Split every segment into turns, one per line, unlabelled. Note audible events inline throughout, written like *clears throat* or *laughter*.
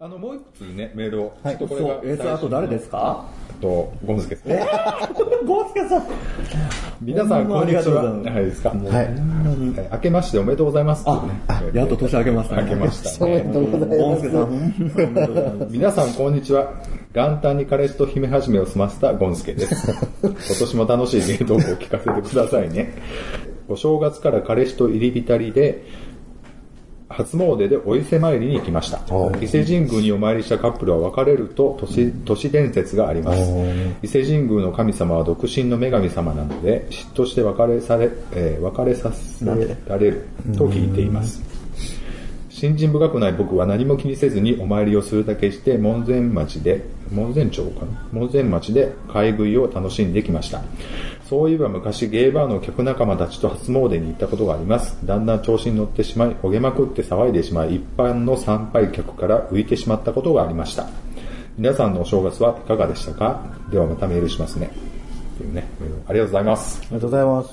あの、もう一つね、メールを。
はい、
ちょ
そ
っとこれ
う
が、
えー、とあと誰ですか
えっと、ゴムズケです。
ゴースケさん。
皆さん、
ほんま
こん
に
に
あ
ち
りがとうご
は。
ざいます
はい、ですか。もう
はい
ほんまに明けましておめでとうございます。
あ、やっと年明けましたね。
明けました
おめ
ね
でとうござい
*laughs* ゴ
ま
ースケ
す。
さんほんまにおめでとうございます。
*laughs* 皆さん、こんにちは。元旦に彼氏と姫始めを済ませたゴンスケです。今年も楽しい芸トークを聞かせてくださいね。お正月から彼氏と入り浸りで、初詣でお伊勢参りに行きました。伊勢神宮にお参りしたカップルは別れると都市都市伝説があります。伊勢神宮の神様は独身の女神様なので、嫉妬して別れされ、えー別れさせられると聞いています。信心深くない僕は何も気にせずにお参りをするだけして門前町で門前町かな門前町で買い食いを楽しんできましたそういえば昔ゲイバーの客仲間たちと初詣に行ったことがありますだんだん調子に乗ってしまい焦げまくって騒いでしまい一般の参拝客から浮いてしまったことがありました皆さんのお正月はいかがでしたかではまたメールしますねっていうねありがとうございます
おめでとうございます。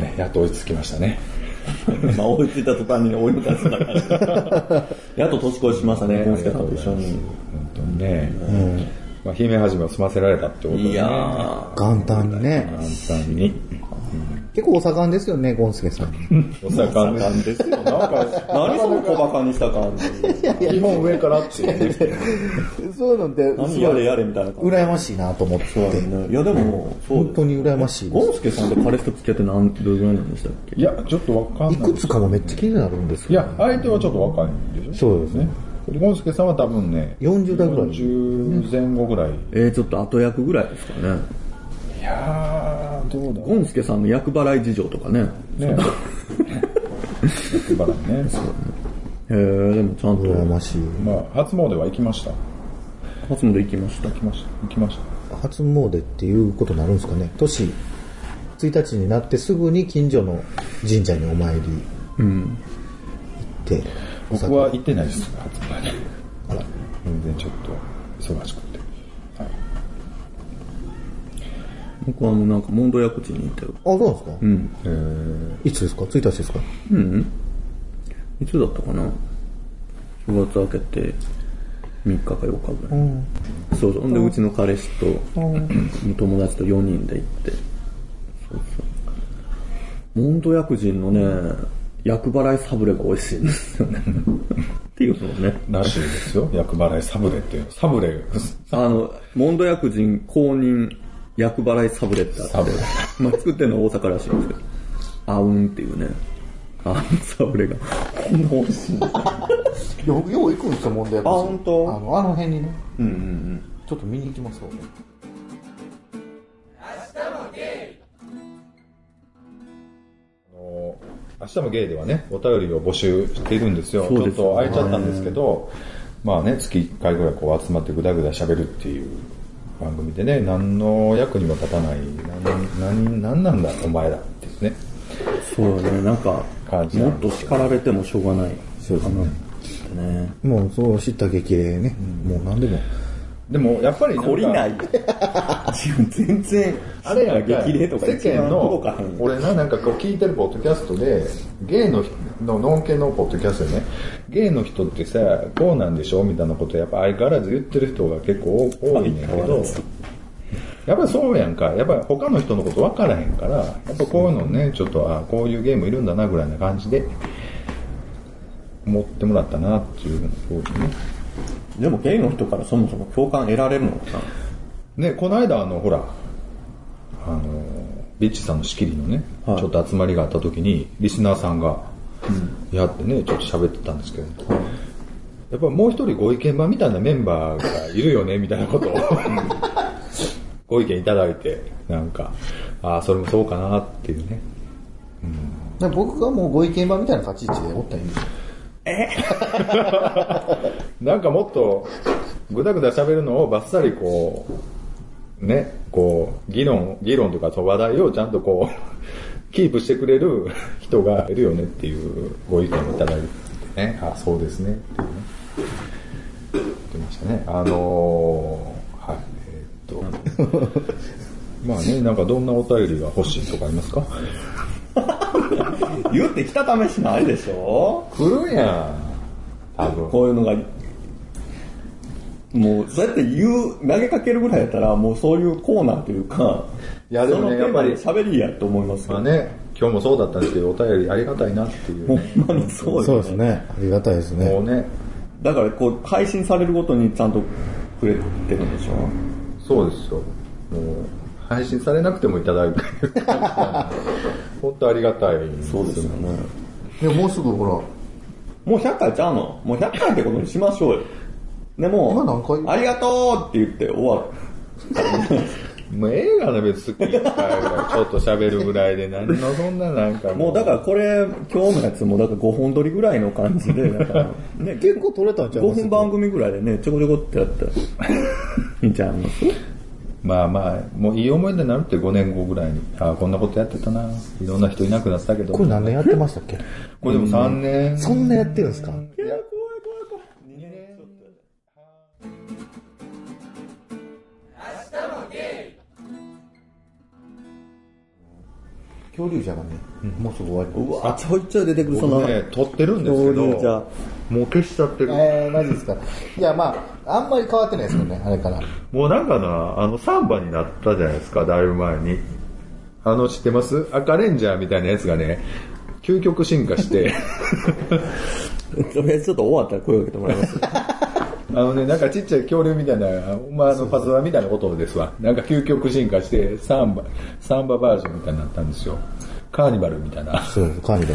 ねやっと追いつきましたね
まあ、追いついた途端に追い抜かせたから。 *laughs* やっと年越しましたね、ゴースケさんと一緒に。
本当にね、まあ、姫始めを済ませられたってことで、ね、
いやー。
元旦にね。
簡単に。
結構お盛んですよね、ゴンスケさん。
お魚ですよ。なんか、
何その小馬鹿にした感じ。
今上からって言ってきて。
そういうのって、
何やれやれみたいな感じ。
羨ましいなと思って。
そうやね。いやでも、そう
本
です
当。に羨ましいで
ゴンスケさんと彼氏と付き合って何、どれぐらいなんでしたっけ
いや、ちょっとわか
す。
ん
い
ない
く。つかがめっちゃ気になるんです
い
よ。
や、相手はちょっと若いんでしょ
そうですね。
リゴンスケさんは多分ね、
40代ぐらい
40前後ぐらい。
えー、ちょっと後役ぐらいですかね。
いやー、どうだろ
ゴンスケさんの役払い事情とかね。
うね。ばらね。
へえでもちゃん
羨
と、
ましい。
まあ、初詣は行きました。行
初詣行きました。
きました。行きまし
初詣っていうことになるんですかね。年1日になってすぐに近所の神社にお参り行って、
た。僕は行ってないです、初詣。あら、全然ちょっと忙しくて。
僕はもうなんか、モンド役地に行ったよ。
あ、そうなんですか、
うん。
えー、
いつですか ?1 日ですか
うん。いつだったかな正月明けて、3日か4日ぐらい。そうそう。ほんで、うちの彼氏と、友達と4人で行って。そうそう。モンド薬人のね、薬払いサブレが美味しいんですよね。っていうのをね。
らしいですよ。厄払いサブレっていう。サブレ、
あの、モンド薬人公認薬払いサブレってあって
サブレ。
まあ、作ってるのは大阪らしいんですけど。あうんっていうね。あうんサブレが。こんな美味しいんですよ
よよう行くんですよ、問題
あ本当
あのあの辺にね、
うんうんうん。
ちょっと見に行きますわ。
あの明日もゲイではね、お便りを募集しているんですよ。
そうです
ちょっと空いちゃったんですけど、まあね、月1回ぐらいこう集まってぐだぐだ喋るっていう番組でね、何の役にも立たない、何、何、何なんだお前らっていうね。
そうだね、なんか、
感じな
も
ん
っ
で
と
すよ
叱られてもしょうがない。
そうですね
かな。ね。
もうそう知った激励ね、もう何でも。
でも、やっぱりなんか、
懲りない。全然、
あれやんか
激励とか
世間の
届かへん、
俺な、なんかこう聞いてるポッドキャストで、ゲイの人の、ノン系のポッドキャストでね、ゲイの人ってさ、こうなんでしょみたいなことやっぱ相変わらず言ってる人が結構多いねんだけど、やっぱりそうやんか、やっぱり他の人のこと分からへんから、やっぱこういうのね、ちょっと、あこういうゲームいるんだなぐらいな感じで、思ってもらったなっていうふうにね。
でもゲイの人からそもそも共感得られるのかな
ね、この間あのほらあのビッチさんの仕切りのね、
はい
ちょっと集まりがあった時にリスナーさんがやってねちょっと喋ってたんですけど、やっぱもう一人ご意見番みたいなメンバーがいるよねみたいなことを *laughs* ご意見いただいてなんかああそれもそうかなっていうね
だから僕がもうご意見番みたいな立ち位置でおったらいいんですよ。
なんかもっとぐだぐだ喋るのをばっさりこうねこう議論議論とかその話題をちゃんとこう *laughs* キープしてくれる人がいるよねっていうご意見をいただいてねあそうですねっていうね言ってましたねあのーはいえーっと *laughs* まあねなんかどんなお便りが欲しいとかありますか
言ってきた試しないでしょ
来るやん。多分。
こういうのが、もう、そうやって言う、投げかけるぐらいやったら、もうそういうコーナーというか、
いやでもね
そのテーマで
やっ
喋りやと思いますけ
まあ
ど、
ね、今日もそうだったんですけど、お便りありがたいなっていう、ね。
ほんまにそうです
そう
よ
ですね。ありがたいです
もう
ね。
ね、
だからこう配信されるごとにちゃんとくれてるんでしょ
そうですよ。もう、配信されなくてもいただいてる。ほんとありがたい。
そうですよね
でももうすぐほ
もう100回ちゃうのもう100回ってことにしましょうよでも
今何回
ありがとうって言って終わる
もう映画の別に好き一回ぐらいちょっと喋るぐらいで、何のそんななんか
もうだからこれ今日のやつもだから5本撮りぐらいの感じでだから、ね、
*laughs* ら、結構取れたんちゃい
5
ます
分番組ぐらいでねちょこちょこってやったらいいんちゃいます
まあまあ、もういい思い出になるって5年後ぐらいに、ああ、こんなことやってたな。いろんな人いなくなったけど。
これ何年やってましたっ *laughs* け
これでも3年。
そんなやってるんですか
いや
恐竜じゃがね、もうすぐ終わり
うわちょいちょい出てくるその
僕ね、撮ってるんですけど、
恐竜じゃ
もう消しちゃってる。
えー、マジですか。いや、まあ、あんまり変わってないですよね、あれから。
もうなんかな、あの、サンバになったじゃないですか、だいぶ前に。あの、知ってます赤レンジャーみたいなやつがね、究極進化
*laughs*
して、
とりあえずちょっと終わったら声をかけてもらい *laughs* ます
あのね、なんかちっちゃい恐竜みたいな、まあ、あの、パズドラみたいなことですわ。なんか究極進化して、サンバ、サンババージョンみたいになったんですよ。カーニバルみたいな。
そうです、カーニバ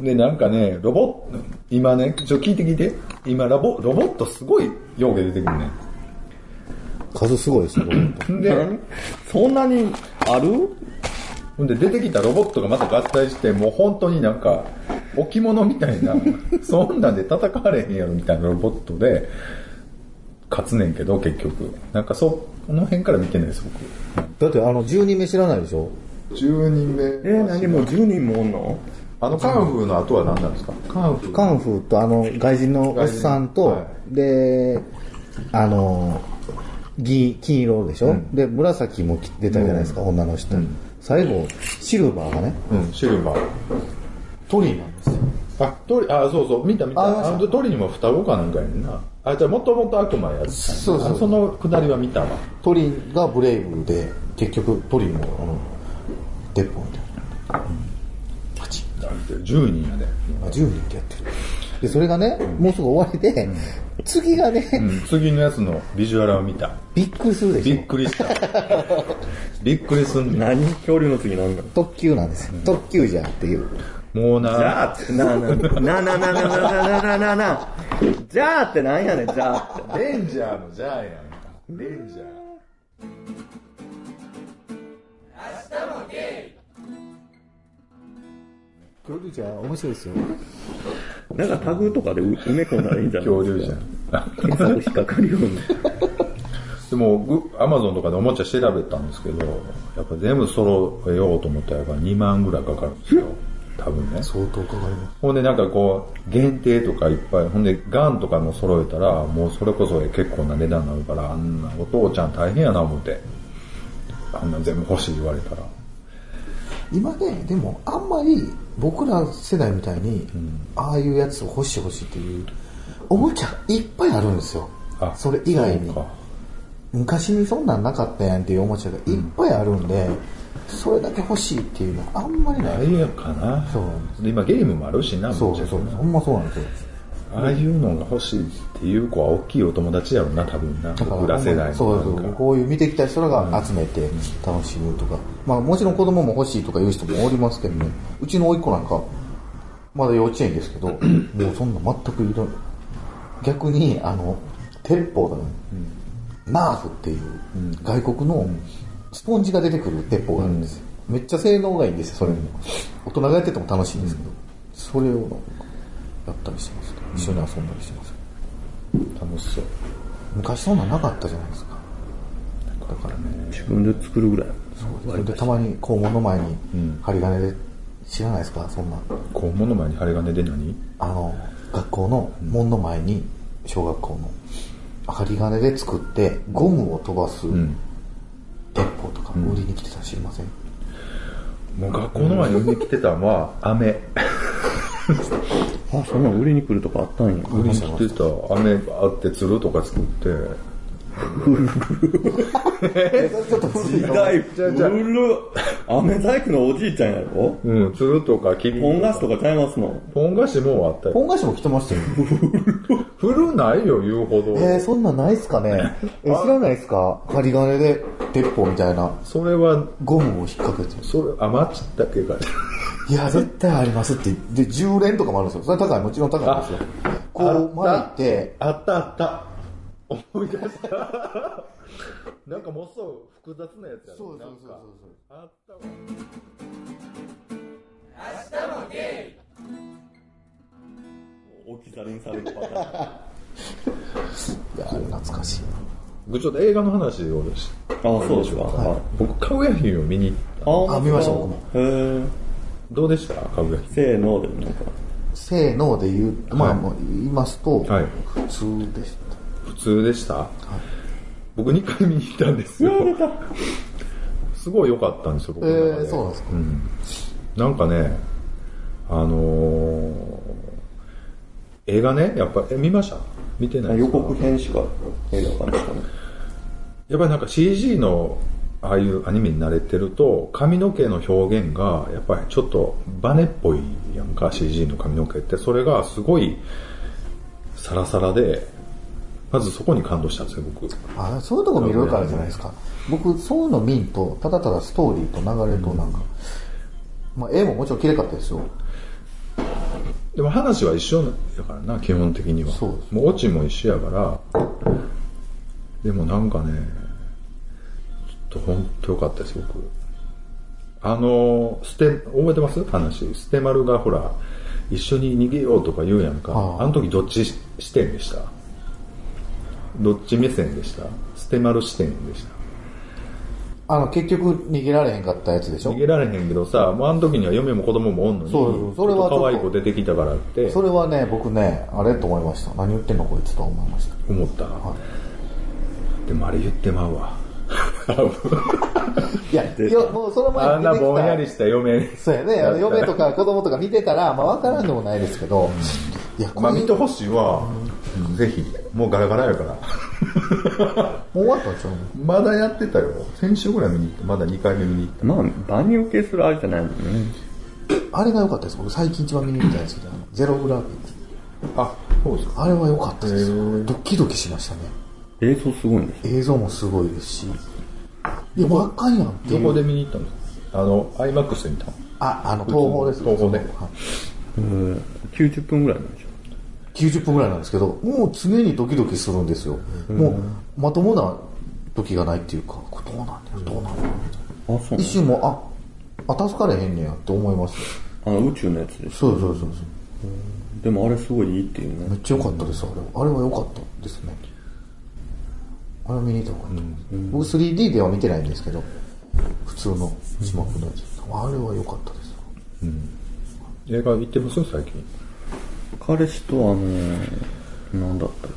ル。
で、なんかね、ロボット、今ね、ちょ、聞いて聞いて。今、ラボ、ロボットすごい用芸出てくるね。
数すごいですよ、
んで、
そんなにある
ほんで出てきたロボットがまた合体して、もう本当になんか、置物みたいな、 *laughs* そんなんで戦われへんやろみたいなロボットで、勝つねんけど、結局。なんかそ、この辺から見てないです、
だって、あの、10人目知らないでしょ
僕。10人目。
えー、何もう10人もおんの
あのカンフーの後は何なんですかカンフー。
カンフーと、あの、外人のおっさんと、
は
で、あの、銀、金色でしょ、で、紫も出たじゃないですか、女の人、最後、シルバーがね、
うん、シルバー。
鳥なんですよ。
あ、鳥、あ、そうそう、見た見た。
あ見まし
あ
た
の鳥にも双子かなんかやねんな。あ、じゃあもともと悪魔やつ。
そうそう
あそのくだりは見たわ。
鳥がブレイブで、結局、鳥も、あの、デッポみたいな。
10人やで。
あ10人でやってる。で、それがね、もうすぐ終わりで、次がね、
うん、次のやつのビジュアルを見た。
びっくりするでし
び
ょ
っ。くり *laughs* した。びっくりすんねん
何恐竜の次何なの
特急なんですよ。特急じゃんっていう。
もうな。
じゃあってなあなあなあなあなあなあなあなあなあなあじゃあってなんやねんじゃあって
レンジャーのじゃあやんか。レンジャー。
恐竜じゃ面白いですよ。
なんかタグとかでう埋め込んだらいいんじゃない
恐竜じゃん。
検索引っかかるように
でも、グアマゾンとかでおもちゃ調べたんですけど、やっぱ全部揃えようと思ったらやっぱ2万ぐらいかかるんですよ。多分ね。
相当かかりま
ほんでなんかこう、限定とかいっぱい、ほんでガンとかも揃えたら、もうそれこそ結構な値段になるから、あんなお父ちゃん大変やな思って。あんな全部欲しい言われたら。
す。今ね、でもあんまり僕ら世代みたいに、ああいうやつを欲しい欲しいっていう、おもちゃいっぱいあるんですよ
あ。
それ以外に
そう。か
昔にそんなんなかったやんっていうおもちゃがいっぱいあるんで、それだけ欲しいっていうのはあんまりない。
大変かな。
そうなんで
で今ゲームもあるしな、
そう
も
そうう
ち
そ
ょ
う。
っとな
ほんまそうなんですよ。
ああいうのが欲しいっていう子は大きいお友達やろな、多分な。
だから
僕ら世代
そ
の
うそ
なん
う
か
こういう見てきた人らが集めて楽しむとか、まあ、もちろん子供も欲しいとか言う人もおりますけどねうちの甥っ子なんかまだ幼稚園です *clears throat* けどもうそんな全くいろいろ逆にあの鉄砲だね、ナーフっていう外国のスポンジが出てくる鉄砲があるんですよ、めっちゃ性能がいいんですよそれも大人がやってても楽しいんですけど、それをなんかやったりしてますね一緒に遊んだりしてます、
楽しそう。
昔そんなんなかったじゃないですかだからね
自分で作るぐらい。
それでたまに校門の前に針金で知らないですかそんな
校門の前に針金で何
あの学校の門の前に小学校の針金で作ってゴムを飛ばす
ん
鉄砲とか売りに来てたら知りません、
もう学校の前に売りに来てたのは、飴。
あ、そんなん売りに来るとかあったんや。
売りに来てた飴があって、つるとか作って。
ちょっと古いかも
大う
ゃあじゃあ
る飴細工のおじいちゃんやろ
うん、つるとか、きび。
ポン菓子とかちゃいますもん。
ポン菓子もあったよ。
本菓子も来てましたよ。
振るないよ、言うほど。
えー、そんなんないっすかねえ、知らないっすか針金で鉄砲みたいな
それは、
ゴムを引っ掛けて。
それ、余っちったっけか。
いや、絶対ありますって。で、10連とかもあるんですよ。それ高い、もちろん高いんですよ。こう巻いて、
あったあった。思い出した。なんかもっと複雑なやつや
そうそうそうそうそう。
あったわ。
置き去りにされるパターン。
いや、あれ懐かしいな。
ぐちょっと映画の話をし
あ、そうですか。はい
僕、かぐや姫を見に行った。
あ
あ見ました僕も。
へえ。
どうでしたかぐや
せーので、なんか。
せーので言う、まあ、
はい
もう言いますと、
姫。はい。
普通でし
普通でした、僕2回見に行ったんですよ。すごい良かったんですよ、僕
た。え
の中
ー、
で。
そうなんですか。
なんかね、あのー、映画ね、やっぱ、え、見ました見てない
予
ですか
告編しか映画館でしたね。
やっぱりなんか CG のああいうアニメに慣れてると髪の毛の表現がやっぱりちょっとバネっぽいやんか CG の髪の毛ってそれがすごいサラサラでまずそこに感動したんですよ僕
あそういうとこ見るからじゃないですか。僕、そういうの見んと、ただただストーリーと流れとなんか、まあ、絵ももちろん綺麗かったですよ。
でも話は一緒だからな基本的には
そうです
もうオチも一緒やからでもなんかねちょっと本当良かったです僕あのステ覚えてます話ステマルがほら一緒に逃げようとか言うやんか
あ
あ
あ
の時どっち視点でしたどっち目線でしたステマル視点でした
あの、結局逃げられへんかったやつでしょ
逃げられへんけどさもうあの時には嫁も子供もおんのに
そうそうそれはちょっと
可愛い子出てきたからって
それはね、僕ね、あれと思いました。何言ってんのこいつと思いました。
思った、でもあれ言ってまう *laughs* わ
いや、いやもうその前
あん
に出
な
てき
ぼんやり
た。
した嫁
そうやね、あの嫁とか子供とか見てたら、まあわからんでもないですけど、いや、こ
まあ
れ
見てほしいわ、ぜひもうガラガラやから
もう終わったんちゃうの
まだやってたよ先週ぐらい見に行ってまだ2回目見に行っ
まあ、万人受けするあれじゃないもんね。
あれが良かったです。僕最近一番見に行ったやつで、あのゼログラビティ。
たあそうですか
あれは良かったです
へー
よ。ドキドキしましたね。
映像すごいんです
映像もすごいですし。いや、もうあかんやんって
ど
い
こ
う。
で見に行ったんですかあの IMAX で見たの
あ、あの、東宝です。
東宝ね
はい
うん90分ぐらいなんでしょ
90分ぐらいなんですけど、もう常にドキドキするんですよ。もう、まともな時がないっていうか、これどうなんだよ、どうなんだよ。
あ、そう
一瞬もう、あ、あ、助かれへんねやって思いますよ。
あの宇宙のやつでしょ
そうそうそうそう。
でもあれすごいいいっていう
め
ね
っちゃ良かったです、あれは。あれは良かったですね。あれは見に行った方が良かった。僕 3D では見てないんですけど、普通の字幕のやつ。あれは良かったです。
映画行ってます最近
彼氏とあのー、なんだったっ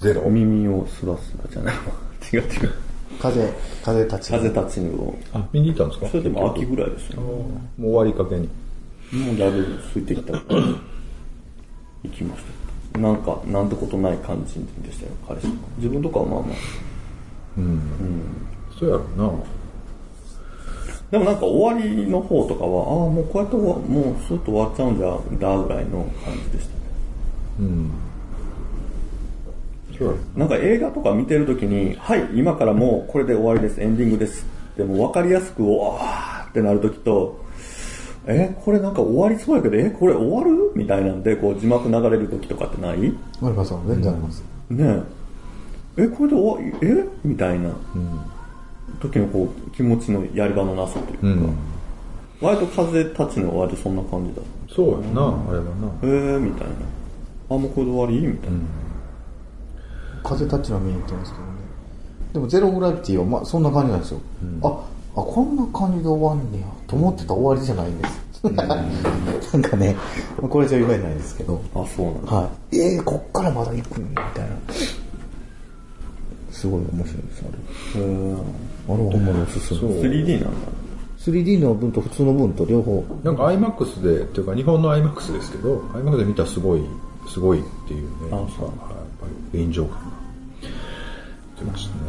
ゼ
け
ロ
耳をすらすらじゃないわ *laughs* 違う違う
風、風立ち。
風立ちぬを
あ見に行ったんですか
それでも秋ぐらいですよね
もう終わりかけに
もうだいぶ空いてきたから行きましたなんかなんてことない感じでしたよ彼氏と自分とかはまあまあ
そうやろな
でもなんか終わりの方とかはああもうこうやって終わもうすっと終わっちゃうんじゃだぐらいの感じでしたね
そうやろ
なんか映画とか見てるときに、はい、今からもうこれで終わりです、エンディングです。でも分かりやすく、わーってなるときと、え、これなんか終わりそうやけど、え、これ終わるみたいなんで、こう字幕流れるときとかってないね
マリカさん、全然あります。
え。え、これで終わり、えみたいな。時のこう、気持ちのやり場のなさというか。
うん
割と風立ちの終わりそんな感じだ。
そうやな、あれはな
えー、みたいな。あ、もうこれで終わりみたいな。
風立ちの見に行ってますけどねでも「ゼログラビティは」まあ、そんな感じなんですよ、ああこんな感じで終わんねやと思ってたら終わりじゃないんです *laughs* なんかねこれじゃ言えないですけど
あ、そうなんだ。
はいえー、こっからまだ行くんやみたいなすごい面白いですあれ
えー、
あれはほんまにおすすめ
そう
3D なんだ。
3D の分と普通の分と両方。
なんか IMAX で、っていうか日本の IMAX ですけど、IMAX で見たらすごい、すごいっていうね。あ、そう。やっぱり臨場感が出ましたね。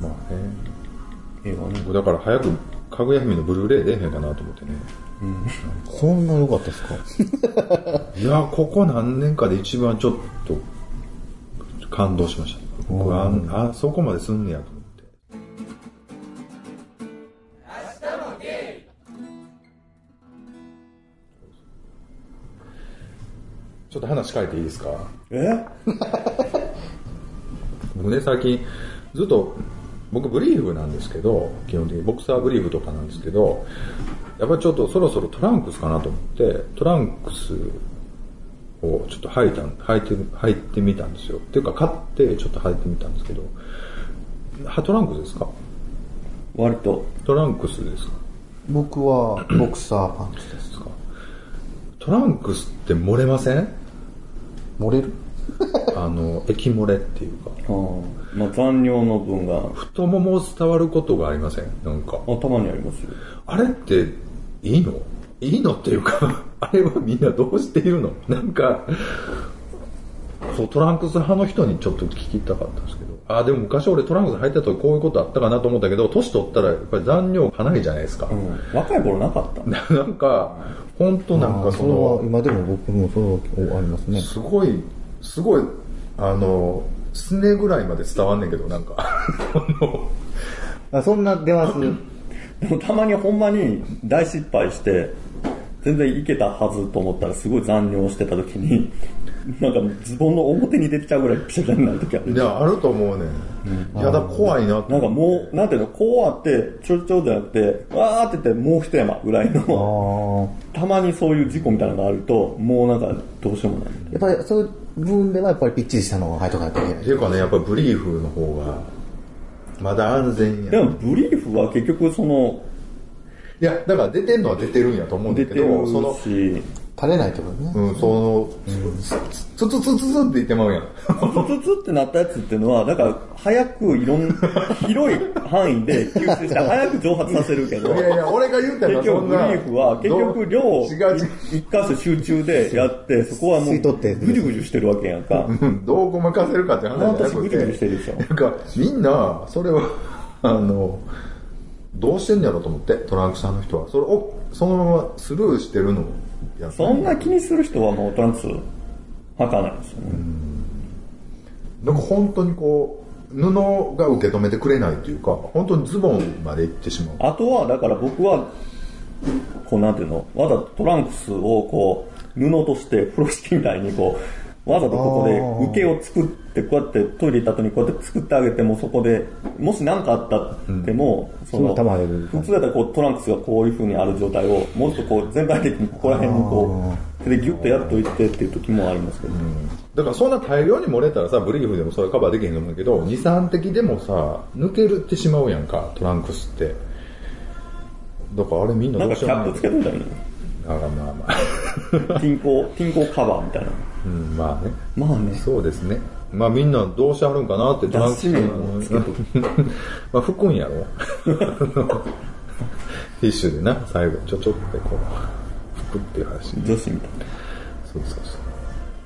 まあね。
映画ね。
僕だから早く、かぐや姫のブルーレイ出えへんかなと思ってね。
そんな良かったですか
いや、ここ何年かで一番ちょっと、感動しました。僕はあん、あ、そこまですんねやと思って。ちょっと話変えていいですか
え
僕ね、最近、ずっと、僕ブリーフなんですけど、基本的にボクサーブリーフとかなんですけど、やっぱりちょっとそろそろトランクスかなと思って、トランクスをちょっと履いたん、履いて、履いてみたんですよ。っていうか、買ってちょっと履いてみたんですけど、はトランクスですか
割と。
トランクスですか
僕はボクサーパンツです。
ですかトランクスって漏れません
漏れる
あの、液漏れっていうか、
ああ。まあ残尿の分が、
太ももを伝わることがありません。なんか。
頭にありますよ。
あれっていいのいいのっていうか、 *laughs* あれはみんなどうしているのなんか、そう、トランクス派の人にちょっと聞きたかったんですけど、あー、でも昔俺トランクス入った時こういうことあったかなと思ったけど、年取ったらやっぱり残尿がないじゃないですか。
うん。若い頃なかった。
*laughs* なんか、本当なん
あ
か
そ
そ
れは
の、
今でも僕もそれはありますね。
すごい、すごい、あの、すねぐらいまで伝わんねんけど、なんか、 *laughs* あの
あそんな出ます。
でもたまにほんまに大失敗して、全然いけたはずと思ったらすごい残尿してた時に、 *laughs* なんかズボンの表に出てちゃうぐらいピシャピシャになる時ある
い。や、あると思うねん。いや、だから怖いなって
なんかもう、なんていうの、こうあって、ちょちょじゃなくて、わーって言って、もう一山ぐらい
あ
の、
あ。
たまにそういう事故みたいなのがあると、もうなんか、どうしようもない。
やっぱりそういう部分ではやっぱりピッチリしたのが入っとかないといけな
っ
い
て。いうかねやっぱブリーフの方がまだ安全や
でも、ブリーフは結局、その、
いやだから出てんのは出てるんやと思うんだ
出
け
て
ど
る
その
し、
垂れないってことね。
うんそのツツツツツツって言ってまうやん
ツツツってなったやつっていうのは、だから、早くいろん、 *laughs* 広い範囲で吸収して、早く蒸発させるけど、
いやいや俺が言うた
結
らそ
局
ん
ブリ
な
ーフは結局量
どう
を
違う違う
一箇所集中でやってそこはも
吸
う
い取
ぐ
って
じゅぐじゅしてるわけやん
*laughs*
か
うんどうごまかせるかって話じゃな
私
く
ぐじ
て
ゅぐじゅしてるでしょ
なんかみんなそれをあのどうしてんやろうと思ってトランクさんの人はそれをそのままスルーしてるのや
そんな気にする人はもうトランクス履かないですよね、
なんか本当にこう布が受け止めてくれないというか本当にズボンまで行ってしまう
あとはだから僕はこうなんていうのわざとトランクスをこう布として風呂敷みたいにこうわざとここで受けを作ってこうやってトイレ行った後にこうやって作ってあげてもそこでもし何かあったっても、そ
そのまま入れる
普通だったらこうトランクスがこういう風にある状態をもっとこう全体的にここら辺にこう手でギュッとやっといてっていう時もありますけど、
だからそんな大量に漏れたらさブリーフでもそれカバーできへんと思うけど23滴でもさ抜けるってしまうやんかトランクスってだからあれみんな
な
ど
ん
う
か
し
キ
よう
ャ
もな
ッ
い
プつけといたらいい
あらまあまあ
のに均衡均衡カバーみたいな
うんまあね
まあね
そうですねまあみんなどうしてはるんかなってトランクス
脱脂面をつけと
うんまあ吹くんやろ *laughs* ティッシュでな最後ちょちょってこう吹くっていう話
女子みたいな
そうそうそ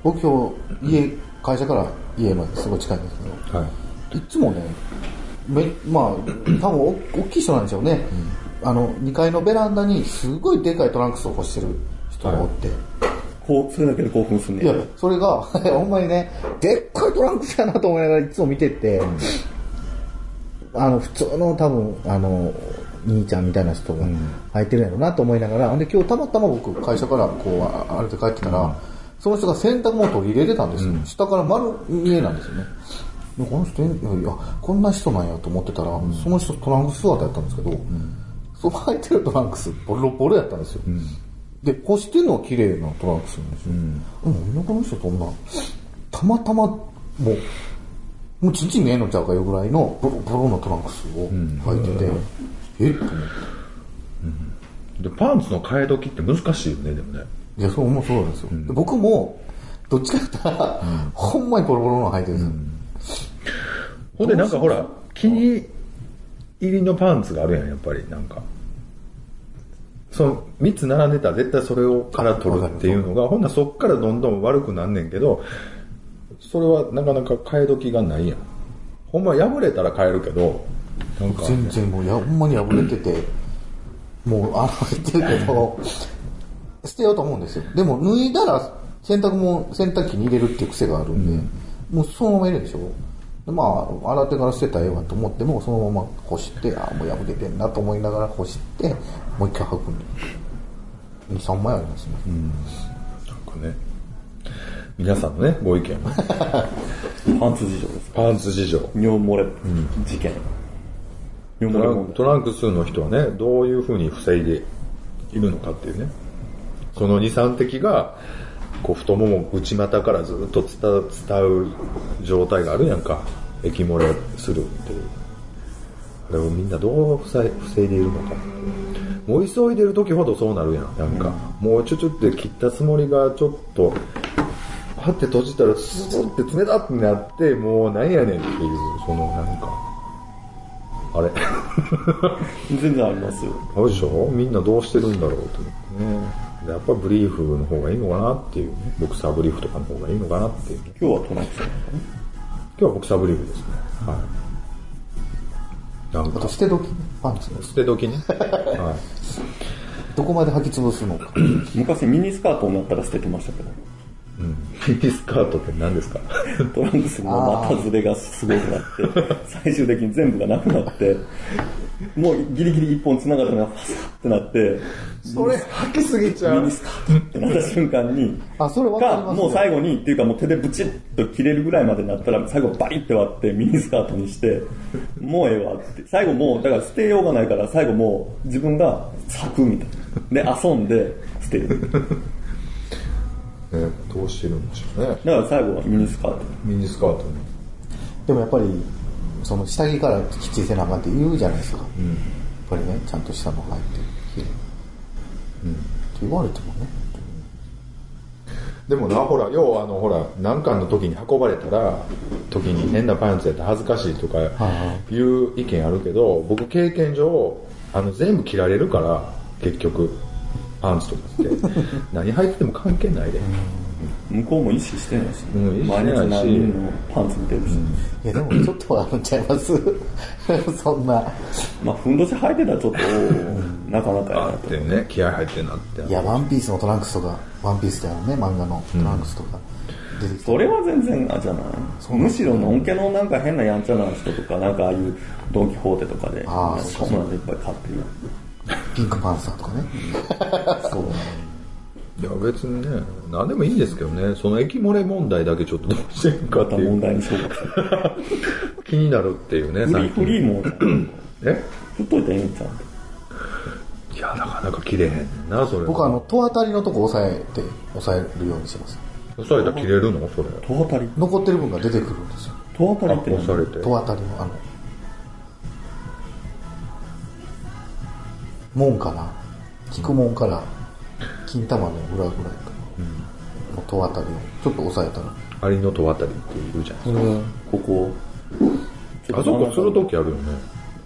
僕今日、家、会社から家まですごい近いんですけど、
うはい
いつもね、めまあ、多分お大きい人なんでしょうね、あの、2階のベランダにすごいでかいトランクスを干してる人がおって、
こうそれだけで興奮するね
い、や、それが、 *laughs* ほんまにね、でっかいトランクスやなと思いながらいつも見てて、あの、普通の多分、あの、兄ちゃんみたいな人が履いてるんやろなと思いながら、ほんで今日たまたま僕、会社からこう、あ歩いて帰ってたら、その人が洗濯物を取り入れてたんですよ。下から丸見えなんですよね。でこの人、いや、こんな人なんやと思ってたら、その人トランクス姿やったんですけど、その履いてるトランクス、ボロボロやったんですよ。で、干してるのは綺麗なトランクスなんですよ。うん、田舎の人とんな、たまたま、もう、もうちんちん見えんのちゃうかよぐらいのボロボロのトランクスを履いてて、えっと思って。
でパンツの替え時って難しいよねでもね
いや、そう、もうそうなんですよ。で僕も、どっちかって言ったら、ほんまにボロボロの履いてるんですよ。
ほんでなんかほら気に入りのパンツがあるやん、やっぱり、なんか。その3つ並んでたら絶対それをから取るっていうのが、ほんならそっからどんどん悪くなんねんけど、それはなかなか変え時がないやん。ほんま破れたら変えるけど、なんか、
全然もうや、ほんまに破れてて、もう洗ってるけど、捨てようと思うんですよ。でも脱いだら洗濯も洗濯機に入れるっていう癖があるんで、もうそのまま入れるでしょ。でまあ、洗ってから捨てたらええわと思っても、そのままこして、あもう破れてんなと思いながらこして、もう一回履くんで。2、3枚ありますね。
なんかね、皆さんのね、ご意見、
*laughs*
パンツ事情です。
パンツ事情。
尿漏れ事件。尿
ト
漏れ
ラ
問
ン
題。
トランクスの人はね、どういうふうに防いでいるのかっていうね。その2、3滴が、こう太もも内股からずっと伝う伝う状態があるやんか。液漏れするっていう。あれをみんなどう防い防いでいるのか。もう急いでる時ほどそうなるやん。なんか、もうちょちょって切ったつもりがちょっと、パって閉じたらスーッて冷たってなって、もうなんやねんっていう、そのなんか、あれ。
全然ありますよ。
あるでしょみんなどうしてるんだろうと思ってね。でやっぱブリーフの方がいいのかなっていうね。ボクサーブリーフとかの方がいいのかなっていう。今
今日はトランクスだね。
日はボクサーブリーフですね。はい。なん
あと
か、
捨て時、パンツです。
捨て時ね。はい。
どこまで履き潰すのか。
昔ミニスカートになったら捨ててました
*laughs*
けど、
ミニスカートって何 *laughs* ですか
トランクスの股ずれがすごくなって、
*laughs*
最終的に全部がなくなって、もうギリギリ一本繋がったのがファサってなって、
それ、履きすぎちゃ
ミニ。スカートってなった瞬間に、
あそれわかりますよ
もう最後に、っていうかもう手でブチッと切れるぐらいまでなったら、最後バリって割ってミニスカートにして、もうええわって。最後もう、だから捨てようがないから、最後もう自分が咲くみたいな。で、遊んで捨てる。だか
ね、どうしてるんでしょうね。
ら最後はミニスカート。
ミニスカートね。
でもやっぱり、その下着からきっちりせなあかんって言うじゃないですか。やっぱりね、ちゃんとしたの入ってる。うん。って言われてもね。
でもな、ほら、要はあの、ほら、難関の時に運ばれたら、時に変なパンツやったら恥ずかしいとか
は
いう意見あるけど、僕経験上、あの、全部着られるから、結局、パンツとかって。何履いてても関係ないで。
向こうも意識してないし、
うん意識して
毎
ないし
日何人のパンツ見てるし、
いや、でもちょっとはあるんちゃいます *laughs* そんな。
まあ、ふんどし履いてたらちょっと、なかなかやな
っていうね、気合入ってんなって。
いや、ワンピースのトランクスとか、ワンピースってあのね、漫画のトランクスとか出てきて。
それは全然あじゃないむしろのんけのなんか変なやんちゃな人とかなんかああいうドン・キホーテとかで
あー
そんなのいっぱい買ってる
ピンクパンサーとかね。
そう
いや、別にね、何でもいいんですけどね、その液漏れ問題だけちょっとどうしてるか
ま
って
た
い
問
う、
題にしようかした
気になるっていうね、
フリーフ
最近
リーも
え
振っといたらいいんちゃう
いや、なかなか切れへんねんな、それ。
僕はあの、戸当たりのとこ押さえて、押さえるようにしてます。
押されたら切れるのそれ。
戸当たり
残ってる分が出てくるんですよ。
戸当たりって
押され
何
て。
戸当たりの、あの、門かな。菊門から、金玉の裏ぐらいかな。の戸当たりを、ちょっと押さえたら。
アリの戸あたりっていうじゃないです
ここ
か。あそこするときあるよね。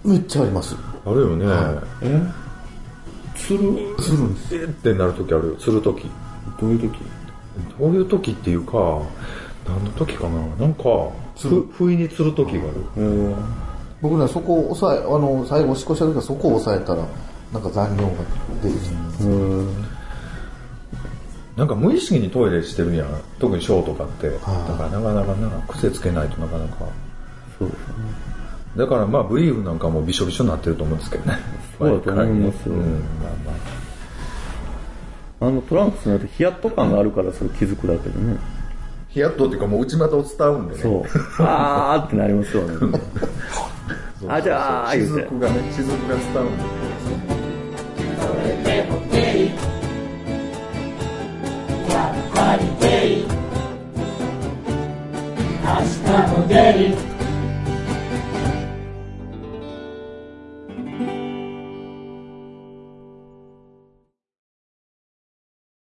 めっちゃあります。
あるよね。
えする
するんです。
えーってなるときあるよ。するとき。
どういう時
どういうときっていうか、何のときかななんか、ふ、不意につるときがある。
えー
僕ね、そこを押さえ、あの、最後、押し越した時はそこを押さえたら、なんか残業が出てきて、
なんか無意識にトイレしてるやん。特にショーとかって。だ
あ
からなかなかな、癖つけないとなかなか。だからまあ、ブリーフなんかもびしょびしょになってると思うんですけどね。
*laughs* そうだと思います
毎回ねうん、まあま
あ
あ。
のトランクスになるとヒヤッと感があるからそれ気づくだけどね
ヒヤッとっていうかもう内股を伝うんでね。
*laughs*
そうあーってなりますよねあじゃあ言うて
雫がね、雫が伝うんでね。
やっぱりゲイ明日もゲイ